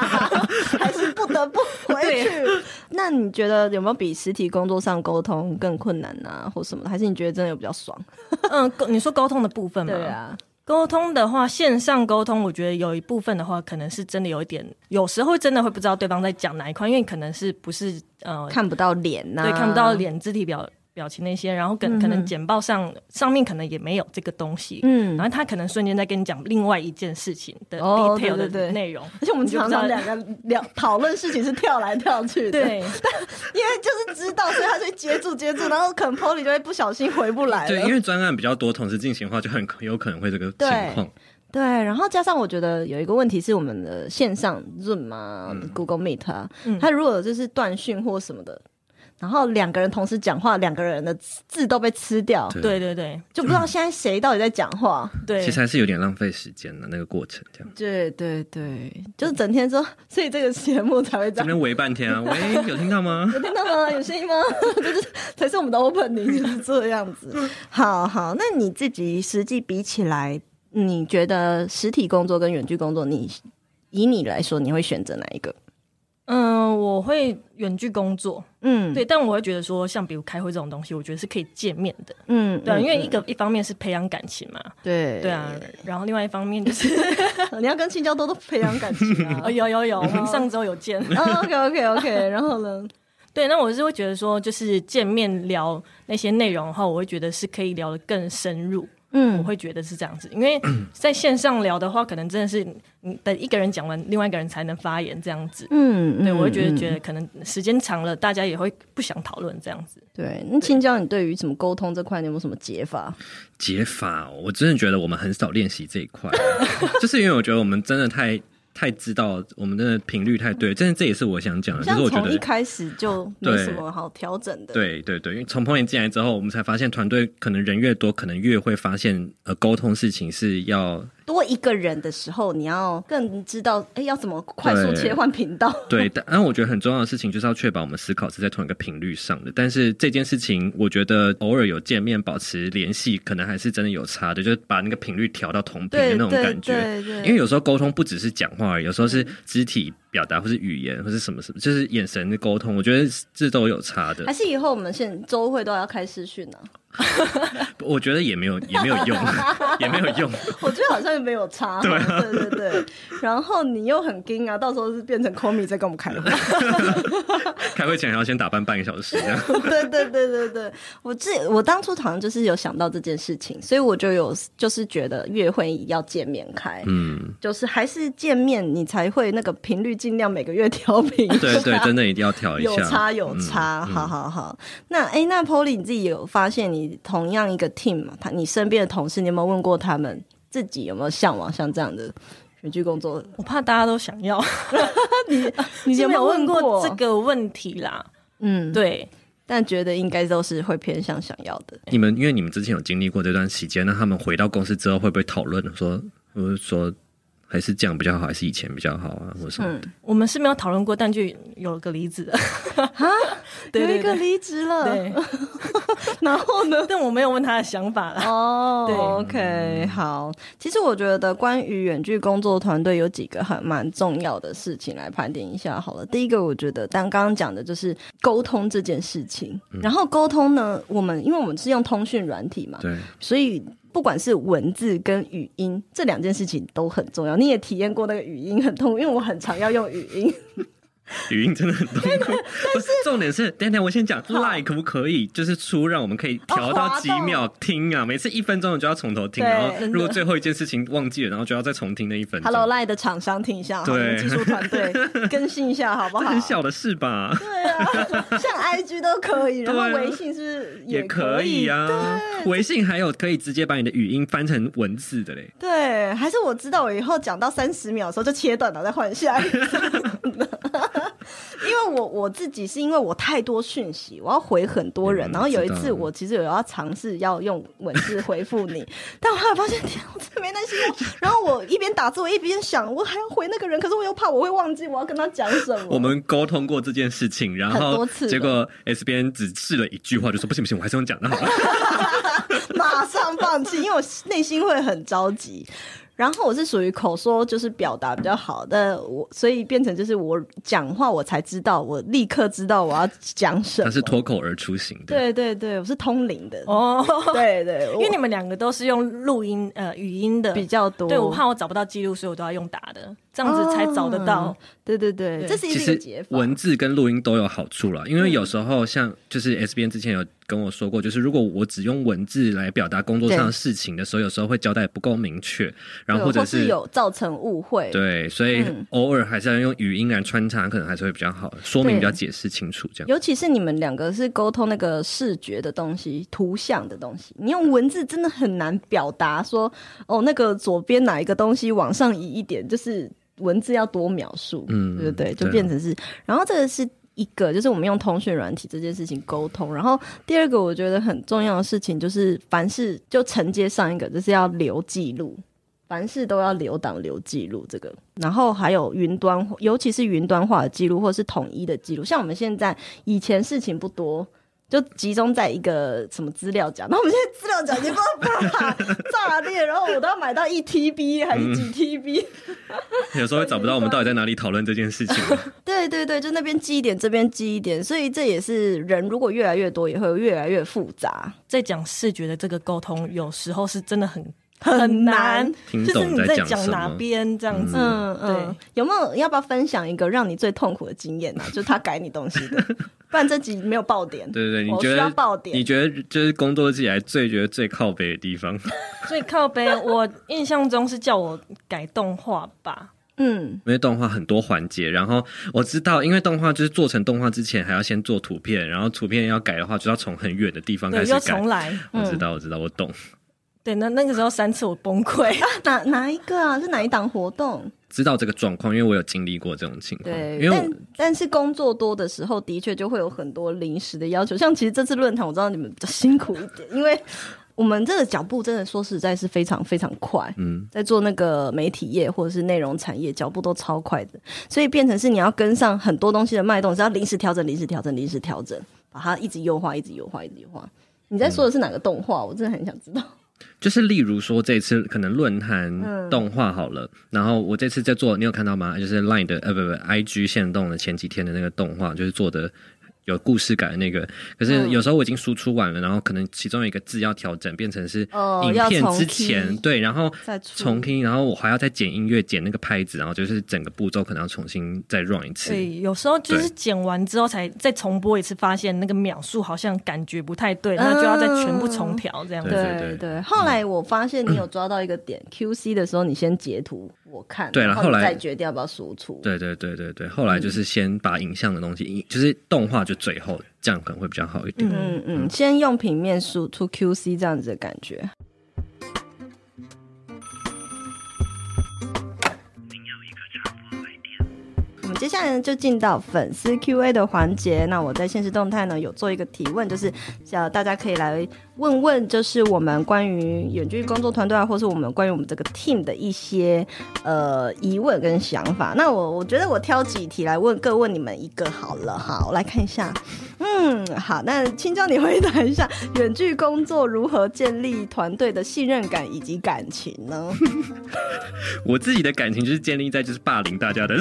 [SPEAKER 3] 还是不得 不回去？啊那你觉得有没有比实体工作上沟通更困难啊，或什么的？还是你觉得真的有比较爽？
[SPEAKER 5] 嗯，沟你说沟通的部分嘛，，
[SPEAKER 3] 啊，
[SPEAKER 5] 沟通的话，线上沟通，我觉得有一部分的话，可能是真的有一点，有时候真的会不知道对方在讲哪一块，因为可能是不是呃，
[SPEAKER 3] 看不到脸啊呐、
[SPEAKER 5] 对，看不到。脸、肢体表表情那些，然后可可能简报上上面可能也没有这个东西，
[SPEAKER 3] 嗯
[SPEAKER 5] 然后他可能瞬间在跟你讲另外一件事情的
[SPEAKER 3] 哦对
[SPEAKER 5] detail
[SPEAKER 3] 对
[SPEAKER 5] 的
[SPEAKER 3] 对
[SPEAKER 5] 内 容，
[SPEAKER 3] 而且我们
[SPEAKER 5] 你就
[SPEAKER 3] 常
[SPEAKER 5] 不知道
[SPEAKER 3] 常两个聊讨论事情是跳来跳去的，
[SPEAKER 5] 对。
[SPEAKER 3] 因为就是知道，所以他就会接住接住，然后可能 Polly 就会不小心回不来
[SPEAKER 4] 对，因
[SPEAKER 3] 了。
[SPEAKER 4] 为专案比较多，同时进行的话，就很有可能会这个情况。
[SPEAKER 3] 对，然后加上我觉得有一个问题是我们的线上 Zoom 啊、Google
[SPEAKER 4] 嗯
[SPEAKER 3] Meet 啊，它如果就是断讯或什么的，然后两个人同时讲话，两个人的字都被吃掉，
[SPEAKER 4] 对
[SPEAKER 5] 对对对
[SPEAKER 3] 就不知道现在谁到底在讲话。
[SPEAKER 5] 对，
[SPEAKER 4] 其实还是有点浪费时间的那个过程，这样
[SPEAKER 3] 对对对，就是整天说，所以这个节目才会这
[SPEAKER 4] 这
[SPEAKER 3] 样。
[SPEAKER 4] 边围半天啊， 喂，有听到吗？
[SPEAKER 3] 有听到 吗？有声音吗？就是才是我们的 opening 就是这样子。好好，那你自己实际比起来，你觉得实体工作跟远距工作，你以你来说，你会选择哪一个？
[SPEAKER 5] 嗯、我会远距工作，
[SPEAKER 3] 嗯，
[SPEAKER 5] 对，但我会觉得说，像比如开会这种东西，我觉得是可以见面的，
[SPEAKER 3] 嗯，
[SPEAKER 5] 对啊、
[SPEAKER 3] 嗯
[SPEAKER 5] 因为
[SPEAKER 3] 嗯
[SPEAKER 5] 一个一方面是培养感情嘛，
[SPEAKER 3] 对
[SPEAKER 5] 对啊，然后另外一方面就是，
[SPEAKER 3] 你要跟青椒多多培养感情 啊
[SPEAKER 5] 哦，。有有 有，我们上周有见，
[SPEAKER 3] OK OK OK，然后呢？
[SPEAKER 5] 对，那我是会觉得说，就是见面聊那些内容的话，我会觉得是可以聊得更深入。我
[SPEAKER 3] 嗯，
[SPEAKER 5] 会觉得是这样子，因为在线上聊的话，可能真的是你等一个人讲完，另外一个人才能发言这样子。
[SPEAKER 3] 嗯，
[SPEAKER 5] 对，
[SPEAKER 3] 嗯
[SPEAKER 5] 我会觉得
[SPEAKER 3] 嗯
[SPEAKER 5] 觉得可能时间长了，大家也会不想讨论这样子。
[SPEAKER 3] 对。那青椒，你对于怎么沟通这块，你有没有什么解法？
[SPEAKER 4] 解法哦，我真的觉得我们很少练习这一块，啊 就是因为我觉得我们真的太太知道我们真的频率太对，真的这也是我想讲的，就
[SPEAKER 3] 像
[SPEAKER 4] 是我觉
[SPEAKER 3] 从一
[SPEAKER 4] 得。
[SPEAKER 3] 开始就没
[SPEAKER 4] 对
[SPEAKER 3] 什么好调整的。
[SPEAKER 4] 对对对，因为从朋友进来之后，我们才发现团队可能人越多，可能越会发现呃沟通事情是要
[SPEAKER 3] 多一个人的时候，你要更知道，哎，要怎么快速
[SPEAKER 4] 对
[SPEAKER 3] 切换频道。
[SPEAKER 4] 对，但但我觉得很重要的事情就是要确保我们思考是在同一个频率上的。但是这件事情，我觉得偶尔有见面保持联系，可能还是真的有差的，就是把那个频率调到同频的那种感觉。
[SPEAKER 3] 对对
[SPEAKER 4] 因为有时候沟通不只是讲话而已，有时候是肢体表达，或是语言，或是什么什么，就是眼神的沟通。我觉得这都有差的
[SPEAKER 3] 还，是以后我们现周会都要开视讯啊 呢、
[SPEAKER 4] 我觉得也没有也没有 用，也没有用。
[SPEAKER 3] 我觉得好像没有差。对、对对 对。然后你又很硬啊，到时候是变成 c o m i 在跟我们开 会。
[SPEAKER 4] 开会前还要先打扮半个小时，这样
[SPEAKER 3] 对对对对对，我自我当初好像就是有想到这件事情，所以我就有就是觉得约会要见面开，
[SPEAKER 4] 嗯，
[SPEAKER 3] 就是还是见面你才会那个频率尽量每个月调频一下。
[SPEAKER 4] 对对，真的一定要调一下，嗯
[SPEAKER 3] 有差有差，好好好。那哎、诶那 Polly 你自己有发现你同样一个 team 嘛？他你身边的同事，你有没有问过他们自己有没有向往像这样的远距工作？
[SPEAKER 5] 我怕大家都想要，
[SPEAKER 3] 你
[SPEAKER 5] 是
[SPEAKER 3] 有没
[SPEAKER 5] 没有
[SPEAKER 3] 问
[SPEAKER 5] 问
[SPEAKER 3] 过
[SPEAKER 5] 过这？个问题啦？
[SPEAKER 3] 嗯，对，
[SPEAKER 5] 对，
[SPEAKER 3] 但觉得应该都是会偏向想要的。
[SPEAKER 4] 你们因呃为你们之前有经历过这段期间，那他们回到公司之后会不会讨论说，我就说还是这样比较好，还是以前比较好啊，或什么
[SPEAKER 3] 嗯
[SPEAKER 4] 的。
[SPEAKER 5] 我们是没有讨论过，但就有个离子的， 对
[SPEAKER 3] 有
[SPEAKER 5] 对
[SPEAKER 3] 一个
[SPEAKER 5] 对
[SPEAKER 3] 离职了，
[SPEAKER 5] 对，
[SPEAKER 3] 然后呢？
[SPEAKER 5] 但我没有问他的想 法啦。对
[SPEAKER 3] 哦、o k
[SPEAKER 4] 嗯
[SPEAKER 3] 好。其实我觉得关于远距工作团队有几个很蛮重要的事情来盘点一下好了。第一个，我觉得但刚刚讲的就是沟通这件事情。
[SPEAKER 4] 嗯
[SPEAKER 3] 然后沟通呢，我们因为我们是用通讯软体嘛，
[SPEAKER 4] 对，
[SPEAKER 3] 所以不管是文字跟语音这两件事情都很重要。你也体验过那个语音很痛，因为我很常要用语 音。
[SPEAKER 4] 语音真的很痛苦。不是重点是，等一下我先讲 like 可不可以，就是出让我们可以调到几秒听啊，每次一分钟你就要从头听，
[SPEAKER 3] 对
[SPEAKER 4] 然后如果最后一件事情忘记了，然后就要再重听那一分钟。
[SPEAKER 3] Hello Line 的厂商听一下，好，
[SPEAKER 4] 对
[SPEAKER 3] 你们技术团 队更新一下好不
[SPEAKER 4] 这
[SPEAKER 3] 好？
[SPEAKER 4] 很小的事吧？
[SPEAKER 3] 对啊，像 IG 都可以，然后
[SPEAKER 4] 对啊
[SPEAKER 3] 微信是不是
[SPEAKER 4] 也
[SPEAKER 3] 可
[SPEAKER 4] 可以？啊。微信还有可以直接把你的语音翻成文字的嘞。
[SPEAKER 3] 对，还是我知道，我以后讲到三十秒的时候就切断了，再换下一个。因为我我自己是因为我太多讯息，我要回很多人，
[SPEAKER 4] 嗯
[SPEAKER 3] 然后有一
[SPEAKER 4] 知
[SPEAKER 3] 次
[SPEAKER 4] 道
[SPEAKER 3] 我其实有要尝试要用文字回复你， 但我后来发现天啊，我真的没耐心用。然后我一边打字，我一边想，我还要回那个人，可是我又怕我会忘记我要跟他讲什么。
[SPEAKER 4] 我们沟通过这件事情，然
[SPEAKER 3] 很
[SPEAKER 4] 后
[SPEAKER 3] 多次了
[SPEAKER 4] 结果 S 边只试了一句话，就说不行不行，我还是用讲 的好了。
[SPEAKER 3] 马上放弃， 因为我内心会很着急。然后我是属于口说就是表达比较好的，我所以变成就是我讲话我才知道，我立刻知道我要讲什
[SPEAKER 4] 它
[SPEAKER 3] 么。
[SPEAKER 4] 是脱口而出型的，
[SPEAKER 3] 对对对，我是通灵的。
[SPEAKER 5] 哦，
[SPEAKER 3] 对对，
[SPEAKER 5] 因为你们两个都是用录音呃语音的
[SPEAKER 3] 我，比较多，
[SPEAKER 5] 对我怕我找不到记录，所以我都要用打的，这样子才找得到
[SPEAKER 3] 哦。对对对，
[SPEAKER 5] 对
[SPEAKER 3] 这是
[SPEAKER 4] 其
[SPEAKER 3] 一个
[SPEAKER 4] 实
[SPEAKER 3] 解法。
[SPEAKER 4] 文字跟录音都有好处啦，因为有时候像就是 S 边之前有跟我说过，就是如果我只用文字来表达工作上的事情的时候，有时候会交代不够明确，然后
[SPEAKER 3] 对
[SPEAKER 4] 或者
[SPEAKER 3] 是有造成误会。
[SPEAKER 4] 对，所以
[SPEAKER 3] 嗯
[SPEAKER 4] 偶尔还是要用语音来穿插，可能还是会比较好，说明
[SPEAKER 3] 对
[SPEAKER 4] 比较解释清楚这样。
[SPEAKER 3] 尤其是你们两个是沟通那个视觉的东西、图像的东西，你用文字真的很难表达说哦，那个左边哪一个东西往上移一点，就是文字要多描述，
[SPEAKER 4] 嗯
[SPEAKER 3] 对不对？就
[SPEAKER 4] 对
[SPEAKER 3] 变成是，然后这个是。一个就是我们用通讯软体这件事情沟通，然后第二个我觉得很重要的事情就是，凡事就承接上一个，就是要留记录。凡事都要留档留记录，这个，然后还有云端，尤其是云端化的记录，或是统一的记录。像我们现在以前事情不多，就集中在一个什么资料夹，那我们现在资料夹已经不知道炸裂，然后我都要买到一 TB 还是
[SPEAKER 4] 嗯
[SPEAKER 3] 几 TB，、
[SPEAKER 4] 有时候会找不到我们到底在哪里讨论这件事情。
[SPEAKER 3] 对对对，就那边记一点，这边记一点，所以这也是人如果越来越多，也会越来越复杂。
[SPEAKER 5] 在讲视觉的这个沟通，有时候是真的很
[SPEAKER 3] 很
[SPEAKER 5] 很
[SPEAKER 3] 难
[SPEAKER 5] 难，
[SPEAKER 4] 听
[SPEAKER 5] 就是
[SPEAKER 4] 懂
[SPEAKER 5] 你
[SPEAKER 4] 在
[SPEAKER 5] 在
[SPEAKER 4] 讲
[SPEAKER 5] 讲
[SPEAKER 4] 什
[SPEAKER 5] 哪
[SPEAKER 4] 么
[SPEAKER 5] 边这样子。
[SPEAKER 3] 嗯嗯
[SPEAKER 5] 对，
[SPEAKER 3] 有没有要不要分享一个让你最痛苦的经验呢、啊？就是他改你东西 的，不然这集没有爆点。
[SPEAKER 4] 对对对，你
[SPEAKER 3] 我
[SPEAKER 4] 觉
[SPEAKER 3] 需要
[SPEAKER 4] 得
[SPEAKER 3] 爆点
[SPEAKER 4] 你觉得就是工作起来最觉得最靠北的地方，
[SPEAKER 5] 所以靠背，我印象中是叫我改动画吧。
[SPEAKER 3] 嗯，
[SPEAKER 4] 因为动画很多环节，然后我知道，因为动画就是做成动画之前还要先做图片，然后图片要改的话，就要 从很远的地方开
[SPEAKER 5] 对，
[SPEAKER 4] 始
[SPEAKER 5] 又
[SPEAKER 4] 改
[SPEAKER 5] 重。来。
[SPEAKER 4] 我知道，我知道，我懂。
[SPEAKER 5] 对，那那个时候三次我 崩溃。
[SPEAKER 3] 哪哪一个啊？是哪一档活动？
[SPEAKER 4] 知道这个状况，因为我有经历过这种情况。
[SPEAKER 3] 对，
[SPEAKER 4] 因为
[SPEAKER 3] 但
[SPEAKER 4] 我
[SPEAKER 3] 但是工作多的时候，的确就会有很多临时的要求。像其实这次论坛，我知道你们比较辛苦一点，因为我们这个脚步真的说实在是非常非常快。
[SPEAKER 4] 嗯，
[SPEAKER 3] 在做那个媒体业或者是内容产业，脚步都超快的，所以变成是你要跟上很多东西的脉动，是要临时调整、临时调整、临时调整，把它一直优化、一直优化、一直优化。你在说的是哪个动画？我真的很想知道。
[SPEAKER 4] 就是例如说这次可能论
[SPEAKER 3] 嗯
[SPEAKER 4] 坛动画好了，然后我这次在做，你有看到吗？就是 Line 的呃不不，IG 限动的前几天的那个动画，就是做的。有故事感的那个，
[SPEAKER 3] 嗯
[SPEAKER 4] 可是有时候我已经输出完了，然后可能其中一个字要调整，变成是
[SPEAKER 3] 哦
[SPEAKER 4] 影
[SPEAKER 3] 要
[SPEAKER 4] 片
[SPEAKER 3] 重
[SPEAKER 4] 之前、
[SPEAKER 3] key
[SPEAKER 4] 对，然后
[SPEAKER 3] 再出
[SPEAKER 4] 重听，然后我还要再剪音乐、剪那个拍子，然后就是整个步骤可能要重新再 run 一次
[SPEAKER 5] 所。以有时候就是剪完之后才再重播一次，发现那个秒数好像感觉不太对，那就要再全部重调这样子。
[SPEAKER 4] 对嗯对
[SPEAKER 3] 对。后来我发现你有抓到一个点，QC 的时候你先截图我看，
[SPEAKER 4] 对
[SPEAKER 3] 然
[SPEAKER 4] 然
[SPEAKER 3] 后
[SPEAKER 4] 后
[SPEAKER 3] 你
[SPEAKER 4] 来
[SPEAKER 3] 再决定要不要输出。
[SPEAKER 4] 对对对对对，后来就是先把影像的东西，影就是动画就最后，这样可能会比较好一点。
[SPEAKER 3] 嗯嗯，先用平面输出 QC 这样子的感觉。我们接下来呢就进到粉丝 Q A 的环节。那我在现实动态呢有做一个提问，就是呃大家可以来问问，就是我们关于远距工作团队啊，或是我们关于我们这个 team 的一些呃疑问跟想法。那我我觉得我挑几题来问各问你们一个好了哈，我来看一下。嗯，好，那请教你回答一下，远距工作如何建立团队的信任感以及感情 呢？
[SPEAKER 4] 我自己的感情就是建立在就是霸凌大家的，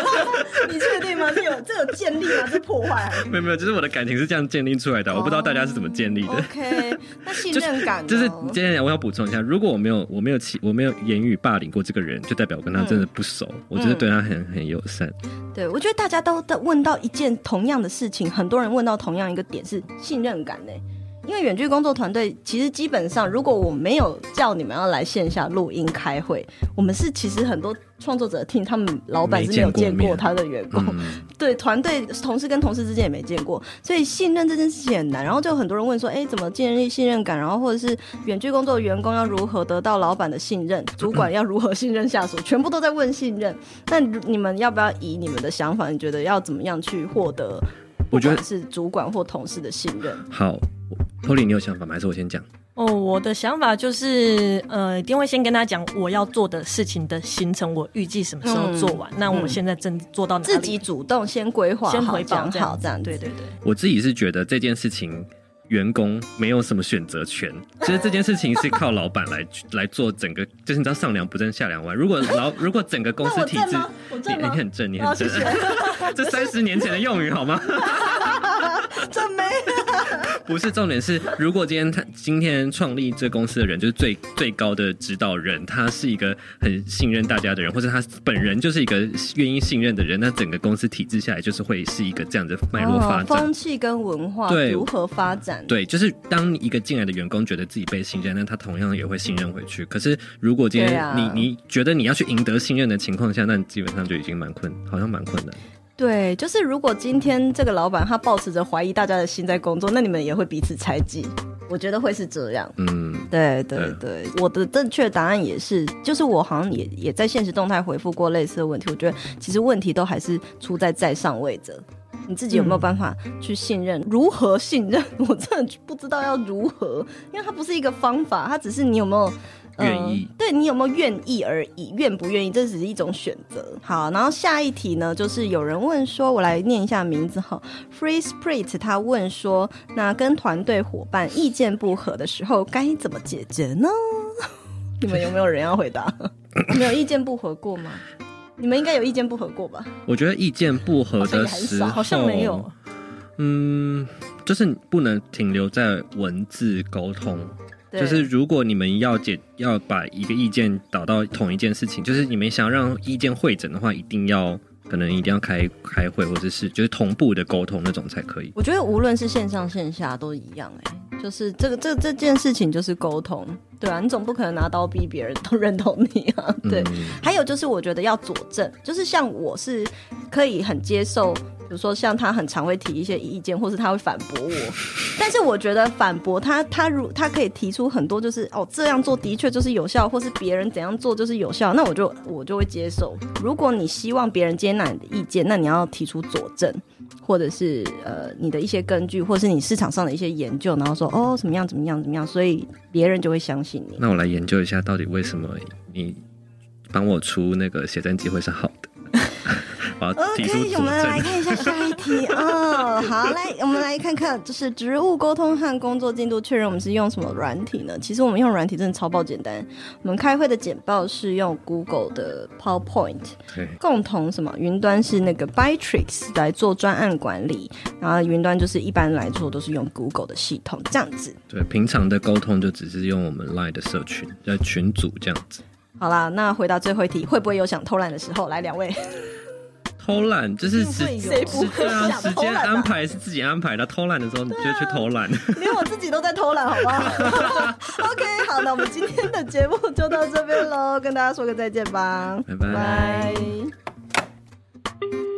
[SPEAKER 3] 你确定吗？这有这有建立吗？这破坏 还是
[SPEAKER 4] 没有没有，就是我的感情是这样建立出来的，我不
[SPEAKER 3] 哦
[SPEAKER 4] 知道大家是怎么建立的。
[SPEAKER 3] ？OK，那信任感呢
[SPEAKER 4] 就是今天我要补充一下，如果我没有我没有起我没有言语霸凌过这个人，就代表我跟他真的不熟，
[SPEAKER 3] 嗯
[SPEAKER 4] 我就是对他很很友善。
[SPEAKER 3] 对，我觉得大家都在问到一件同样的事情，很多人问到同样一个点是信任感呢、因为远距工作团队其实基本上，如果我没有叫你们要来线下录音开会，我们是其实很多创作者听他们老板是没有
[SPEAKER 4] 没见
[SPEAKER 3] 见
[SPEAKER 4] 过
[SPEAKER 3] 过
[SPEAKER 4] 面
[SPEAKER 3] 他的员工，
[SPEAKER 4] 嗯，
[SPEAKER 3] 对团队同事跟同事之间也没见过，所以信任这件事情很难。然后就很多人问说，哎，怎么建立信任感？然后或者是远距工作的员工要如何得到老板的信任，主管要如何信任下属，全部都在问信任。那如你们要不要以你们的想法，你觉得要怎么样去获得？
[SPEAKER 4] 我觉得
[SPEAKER 3] 不管是主管或同事的信任，
[SPEAKER 4] 好。p o l y 你有想法吗？还是我先讲？
[SPEAKER 5] 哦，我的想法就是，呃，一定会先跟他讲我要做的事情的行程，我预计什么时候做完。那我现在正做到哪
[SPEAKER 3] 嗯
[SPEAKER 5] 里？
[SPEAKER 3] 自己主动先规划好，
[SPEAKER 5] 先回报
[SPEAKER 3] 讲 好
[SPEAKER 5] 子
[SPEAKER 3] 这样子
[SPEAKER 5] 对对对，
[SPEAKER 4] 我自己是觉得这件事情。员工没有什么选择权，其实这件事情是靠老板来来做整个，就是你知道上梁不正下梁歪。如果老如果整个公司体制，
[SPEAKER 3] 那我
[SPEAKER 4] 你
[SPEAKER 3] 正吗我正
[SPEAKER 4] 你
[SPEAKER 3] 吗
[SPEAKER 4] 很正，你
[SPEAKER 3] 哦
[SPEAKER 4] 很
[SPEAKER 3] 谢
[SPEAKER 4] 正
[SPEAKER 3] 谢，
[SPEAKER 4] 这三十年前的用语好 吗？
[SPEAKER 3] 这没
[SPEAKER 4] 不是重点是，如果今天他今天创立这公司的人就是最最高的指导人，他是一个很信任大家的人，或者他本人就是一个愿意信任的人，那整个公司体制下来就是会是一个这样的脉络发
[SPEAKER 3] 哦
[SPEAKER 4] 展。
[SPEAKER 3] 风气跟文化
[SPEAKER 4] 对
[SPEAKER 3] 如何发展？
[SPEAKER 4] 对，就是当一个进来的员工觉得自己被信任，那他同样也会信任回去。可是如果今
[SPEAKER 3] 对
[SPEAKER 4] 天
[SPEAKER 3] 啊
[SPEAKER 4] 你、你觉得你要去赢得信任的情况下，那你基本上就已经蛮困，好像蛮困难。
[SPEAKER 3] 对，就是如果今天这个老板他抱持着怀疑大家的心在工作，那你们也会彼此猜忌，我觉得会是这样。
[SPEAKER 4] 嗯，
[SPEAKER 3] 对对对，我的正确答案也是，就是我好像也也在现实动态回复过类似的问题。我觉得其实问题都还是出在在上位者，你自己有没有办法去信任？如何信任？ 我真的不知道要如何，因为它不是一个方法，它只是你有没有。呃
[SPEAKER 4] 愿意
[SPEAKER 3] 对你有没有愿意而已，愿不愿意这只是一种选择。好，然后下一题呢，就是有人问说，我来念一下名字哈，Free Spirit，他问说，那跟团队伙伴意见不合的时候该怎么解决呢？ 你们有没有人要回 答？你们有意见不合过吗？你们应该有意见不合过吧？
[SPEAKER 4] 我觉得意见不合
[SPEAKER 3] 好像也
[SPEAKER 4] 的
[SPEAKER 3] 很
[SPEAKER 4] 时
[SPEAKER 3] 少
[SPEAKER 4] 候，
[SPEAKER 5] 好像没有。
[SPEAKER 4] 嗯，就是不能停留在文字沟通。
[SPEAKER 3] 对
[SPEAKER 4] 就是如果你们要解要把一个意见导到同一件事情，就是你们想让意见会诊的话，一定要可能一定要开开会，或者是就是同步的沟通那种才可以。
[SPEAKER 3] 我觉得无论是线上线下都一样哎、就是这个这这件事情就是沟通，对啊，你总不可能拿刀逼别人都认同你啊，对。
[SPEAKER 4] 嗯
[SPEAKER 3] 还有就是我觉得要佐证，就是像我是可以很接受。比如说，像他很常会提一些意见，或是他会反驳我，但是我觉得反驳他，他如他可以提出很多，就是哦这样做的确就是有效，或是别人怎样做就是有效，那我就我就会接受。如果你希望别人接纳你的意见，那你要提出佐证，或者是呃你的一些根据，或是你市场上的一些研究，然后说哦怎么样怎么样怎么样，所以别人就会相信你。
[SPEAKER 4] 那我来研究一下，到底为什么你帮我出那个写真集会是好 的？我要提出
[SPEAKER 3] OK，
[SPEAKER 4] 佐
[SPEAKER 3] 哦我们来
[SPEAKER 4] 证。
[SPEAKER 3] 看一下下一 题哦。好，来，我们来看看，就是职务沟通和工作进度确认，我们是用什么软体呢？其实我们用软体真的超爆简单。我们开会的简报是用 Google 的 PowerPoint，
[SPEAKER 4] 对，
[SPEAKER 3] 共同什么云端是那个 Bytrix 来做专案管理，然后云端就是一般来说都是用 Google 的系统这样子。
[SPEAKER 4] 对，平常的沟通就只是用我们 Line 的社群呃群组这样子。
[SPEAKER 3] 好啦，那回答最后一题，会不会有想偷懒的时候？来，两位，
[SPEAKER 4] 偷懒就是时
[SPEAKER 5] 一定
[SPEAKER 3] 会有
[SPEAKER 4] 间
[SPEAKER 3] 谁不会
[SPEAKER 4] 对啊，
[SPEAKER 3] 想
[SPEAKER 4] 时
[SPEAKER 3] 偷懒
[SPEAKER 4] 间
[SPEAKER 3] 啊
[SPEAKER 4] 安排是自己安排的，偷懒的时候你就去偷懒。
[SPEAKER 3] 连我自己都在偷懒，好不好 ？OK，好，那我们今天的节目就到这边喽，跟大家说个再见吧，
[SPEAKER 4] 拜拜
[SPEAKER 3] 拜